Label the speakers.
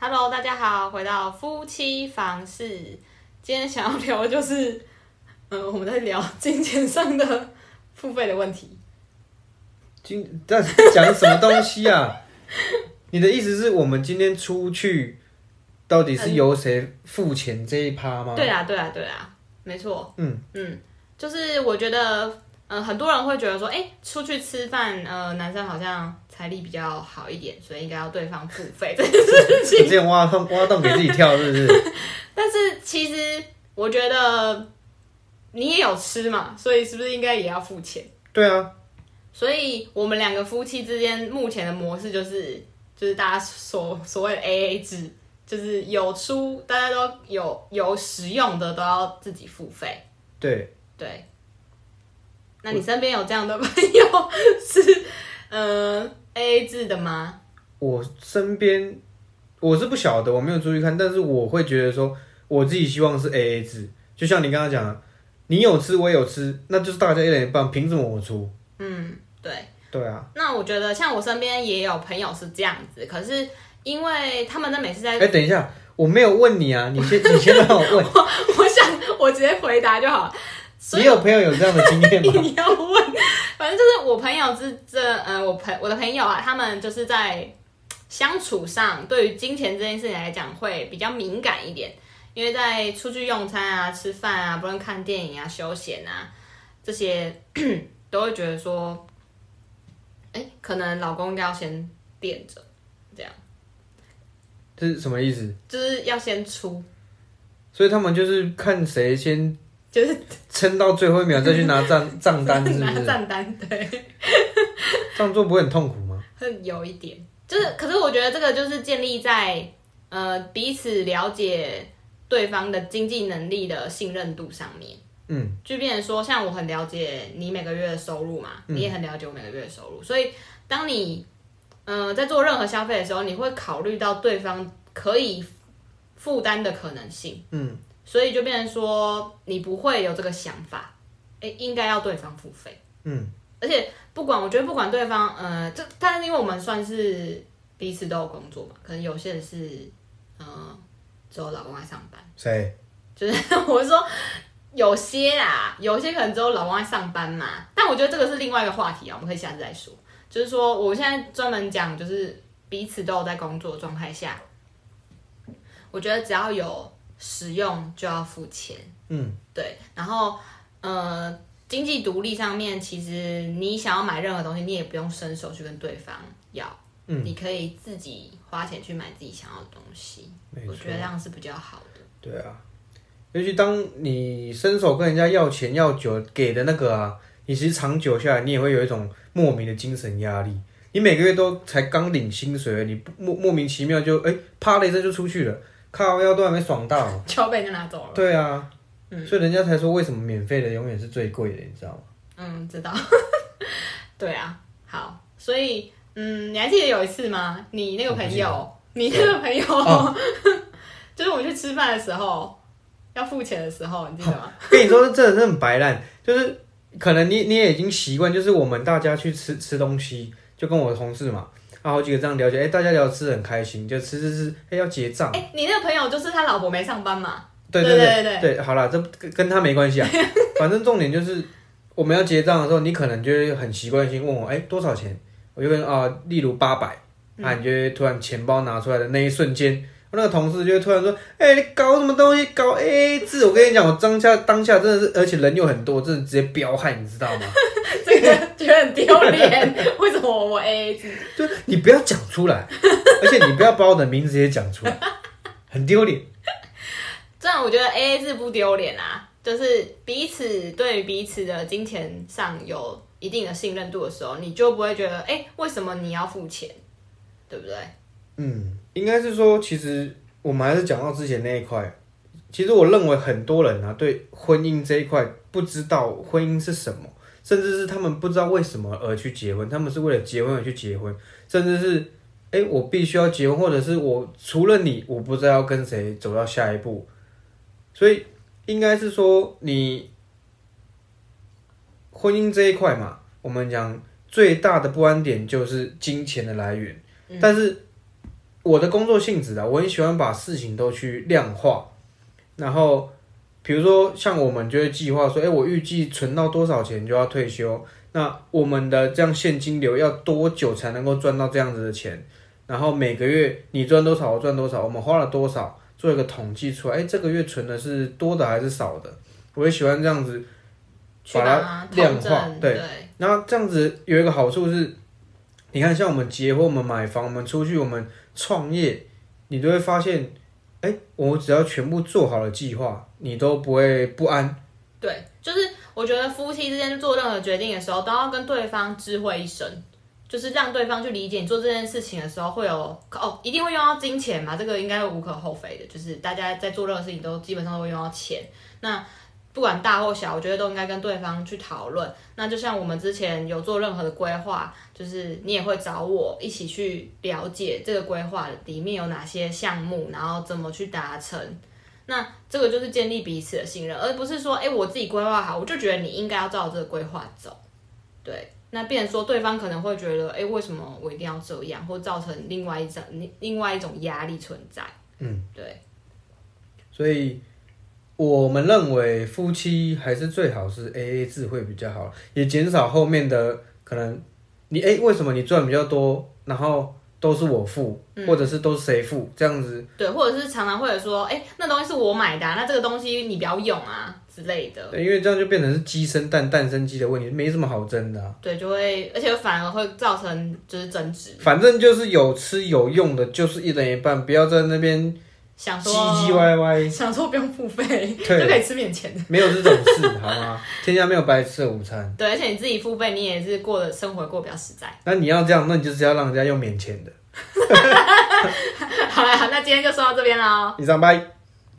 Speaker 1: Hello，大家好，回到夫妻房事。今天想要聊的就是，嗯、我们在聊金钱上的付费的问题。
Speaker 2: 今在讲什么东西啊？ 你的意思是我们今天出去，到底
Speaker 1: 嗯
Speaker 2: 是由谁付钱这一趴吗？
Speaker 1: 对啊，对啊，对啊，没错。
Speaker 2: 嗯
Speaker 1: 嗯，就是我觉得，嗯、很多人会觉得说，哎、出去吃饭，呃，男生好像财力比较好一点，所以应该要对方付费。
Speaker 2: 你之前挖洞挖洞给自己跳是 不是？
Speaker 1: 但是其实我觉得你也有吃嘛，所以是不是应该也要付钱？
Speaker 2: 对啊，
Speaker 1: 所以我们两个夫妻之间目前的模式就是，就是大家所所谓的 A A 制，就是有出大家都有有使用的都要自己付费。
Speaker 2: 对，
Speaker 1: 对，那你身边有这样的朋友是 嗯 A A 制的吗？
Speaker 2: 我身边我是不晓得，我没有注意看，但是我会觉得说，我自己希望是 A A 制，就像你刚刚讲的，你有吃我也有吃，那就是大家一人一半，凭什么我出？
Speaker 1: 嗯，对。
Speaker 2: 对啊，
Speaker 1: 那我觉得像我身边也有朋友是这样子，可是因为他们那每次在
Speaker 2: 哎、等一下，我没有问你啊，你先你先让我问，
Speaker 1: 我想我直接回答就好了。 所
Speaker 2: 你
Speaker 1: 以
Speaker 2: 有朋友有这样的经验吗？
Speaker 1: 你要问，反正就是我朋友之这呃，我朋我的朋友啊，他们就是在相处上，对于金钱这件事情来讲会比较敏感一点，因为在出去用餐啊、吃饭啊，不论看电影啊、休闲啊这些， 都会觉得说，哎、可能老公应该要先垫着，这样
Speaker 2: 这是什么意思？
Speaker 1: 就是要先出，
Speaker 2: 所以他们就是看谁先
Speaker 1: 就是
Speaker 2: 撑到最后一秒再去 拿账账单，是
Speaker 1: 拿
Speaker 2: 不是？
Speaker 1: 账单对。
Speaker 2: 这样做不会很痛苦吗？
Speaker 1: 会有一点，就是，可是我觉得这个就是建立在呃彼此了解对方的经济能力的信任度上面。
Speaker 2: 嗯，
Speaker 1: 就变成说，像我很了解你每个月的收入嘛，你
Speaker 2: 嗯
Speaker 1: 也很了解我每个月的收入，所以当你呃在做任何消费的时候，你会考虑到对方可以负担的可能性，
Speaker 2: 嗯，
Speaker 1: 所以就变成说你不会有这个想法，诶、应该要对方付费，
Speaker 2: 嗯，
Speaker 1: 而且不管我觉得不管对方，呃，这但是因为我们算是彼此都有工作嘛，可能有些人是，呃，只有老公在上班。
Speaker 2: 谁？
Speaker 1: 就是 我是说有些啊，有些可能只有老公在上班嘛。但我觉得这个是另外一个话题啊，我们可以下次再说。就是说，我现在专门讲，就是彼此都有在工作的状态下，我觉得只要有使用就要付钱。
Speaker 2: 嗯，
Speaker 1: 对，然后呃，经济独立上面，其实你想要买任何东西，你也不用伸手去跟对方要，
Speaker 2: 嗯，
Speaker 1: 你可以自己花钱去买自己想要的东西。
Speaker 2: 没
Speaker 1: 我
Speaker 2: 错
Speaker 1: 觉得这样是比较好的。
Speaker 2: 对啊，尤其当你伸手跟人家要钱要酒给的那个啊，你其实长久下来，你也会有一种莫名的精神压力。你每个月都才刚领薪水，你不莫莫名其妙就哎、啪的一声就出去了，靠腰都还没爽到。
Speaker 1: 就要被人家拿走了。
Speaker 2: 对啊，所以人家才说为什么免费的永远是最贵的，你知道吗？
Speaker 1: 嗯，知道。 对啊，好，所以嗯，你还记得有一次吗？你那个朋友，你那个朋友，
Speaker 2: 哦
Speaker 1: 就是我们去吃饭的时候要付钱的时候，你记得吗？
Speaker 2: 跟你说，真的是很白烂，就是可能你你也已经习惯，就是我们大家去吃吃东西，就跟我的同事嘛，啊，好几个这样聊起来，哎、大家聊得吃得很开心，就吃吃吃，哎、要结账，
Speaker 1: 哎、你那个朋友就是他老婆没上班嘛？
Speaker 2: 对
Speaker 1: 对
Speaker 2: 对
Speaker 1: 对
Speaker 2: 对，好啦，这跟跟他没关系啊，反正重点就是我们要结账的时候，你可能就会很习惯性问我，哎、多少钱？我就跟啊、例如八百，啊，你就会突然钱包拿出来的那一瞬间。那个同事就会突然说：“哎、你搞什么东西？搞 A A 制！我跟你讲，我当下当下真的是，而且人又很多，真的直接彪悍，你知道吗？
Speaker 1: 这个 觉得很丢脸，为什么我 A A 制？
Speaker 2: 对，你不要讲出来，而且你不要把我的名字也讲出来，很丢脸。
Speaker 1: 这样我觉得 A A 制不丢脸啊，就是彼此对于彼此的金钱上有一定的信任度的时候，你就不会觉得哎、为什么你要付钱，对不对？
Speaker 2: 嗯，应该是说，其实我们还是讲到之前那一块。其实我认为很多人啊，对婚姻这一块不知道婚姻是什么，甚至是他们不知道为什么而去结婚，他们是为了结婚而去结婚，甚至是哎、诶我必须要结婚，或者是我除了你，我不知道要跟谁走到下一步。所以应该是说你婚姻这一块嘛，我们讲最大的不安点就是金钱的来源，但是。我的工作性质啊，我很喜欢把事情都去量化，然后比如说像我们就会计划说，哎、我预计存到多少钱就要退休，那我们的这样现金流要多久才能够赚到这样子的钱？然后每个月你赚多少，我赚多少，我们花了多少，做一个统计出来，哎、这个月存的是多的还是少的？我也喜欢这样子
Speaker 1: 去
Speaker 2: 把
Speaker 1: 把
Speaker 2: 它
Speaker 1: 它
Speaker 2: 量
Speaker 1: 统
Speaker 2: 化
Speaker 1: 整，
Speaker 2: 对
Speaker 1: 对，
Speaker 2: 然后这样子有一个好处是，你看，像我们结婚、我们买房、我们出去、我们创业，你都会发现，哎、我只要全部做好了计划，你都不会不安。
Speaker 1: 对，就是我觉得夫妻之间做任何决定的时候，都要跟对方知会一声，就是让对方去理解你做这件事情的时候会有哦，一定会用到金钱嘛，这个应该无可厚非的，就是大家在做任何事情都基本上都会用到钱。那不管大或小，我觉得都应该跟对方去讨论。那就像我们之前有做任何的规划，就是你也会找我一起去了解这个规划里面有哪些项目，然后怎么去达成。那这个就是建立彼此的信任，而不是说，哎、我自己规划好，我就觉得你应该要照这个规划走。对，那变成说对方可能会觉得，哎、为什么我一定要这样，或造成另外一种另另外一种压力存在。嗯，对，
Speaker 2: 所以我们认为夫妻还是最好是 A A 制会比较好，也减少后面的可能你哎、为什么你赚比较多，然后都是我付，或者是都是谁付这样子？
Speaker 1: 对，或者是常常会有说，哎、那东西是我买的、啊，那这个东西你不要用啊之类的。
Speaker 2: 对因为这样就变成是鸡生蛋，蛋生鸡的问题，没什么好争的啊、
Speaker 1: 对，就会，而且反而会造成就是争执，
Speaker 2: 反正就是有吃有用的，就是一人一半，不要在那边
Speaker 1: 想
Speaker 2: 唧
Speaker 1: 说
Speaker 2: 唧 歪歪，
Speaker 1: 想说不用付 费就
Speaker 2: 对
Speaker 1: 可以吃免钱。
Speaker 2: 没有这种事，好吗？天下没有白吃的午餐。
Speaker 1: 对，而且你自己付费，你也是过的生活过得比较实在。
Speaker 2: 那你要这样，那你就是要让人家用免钱的。
Speaker 1: 好啦，那今天就说到这边喽。
Speaker 2: 以上拜。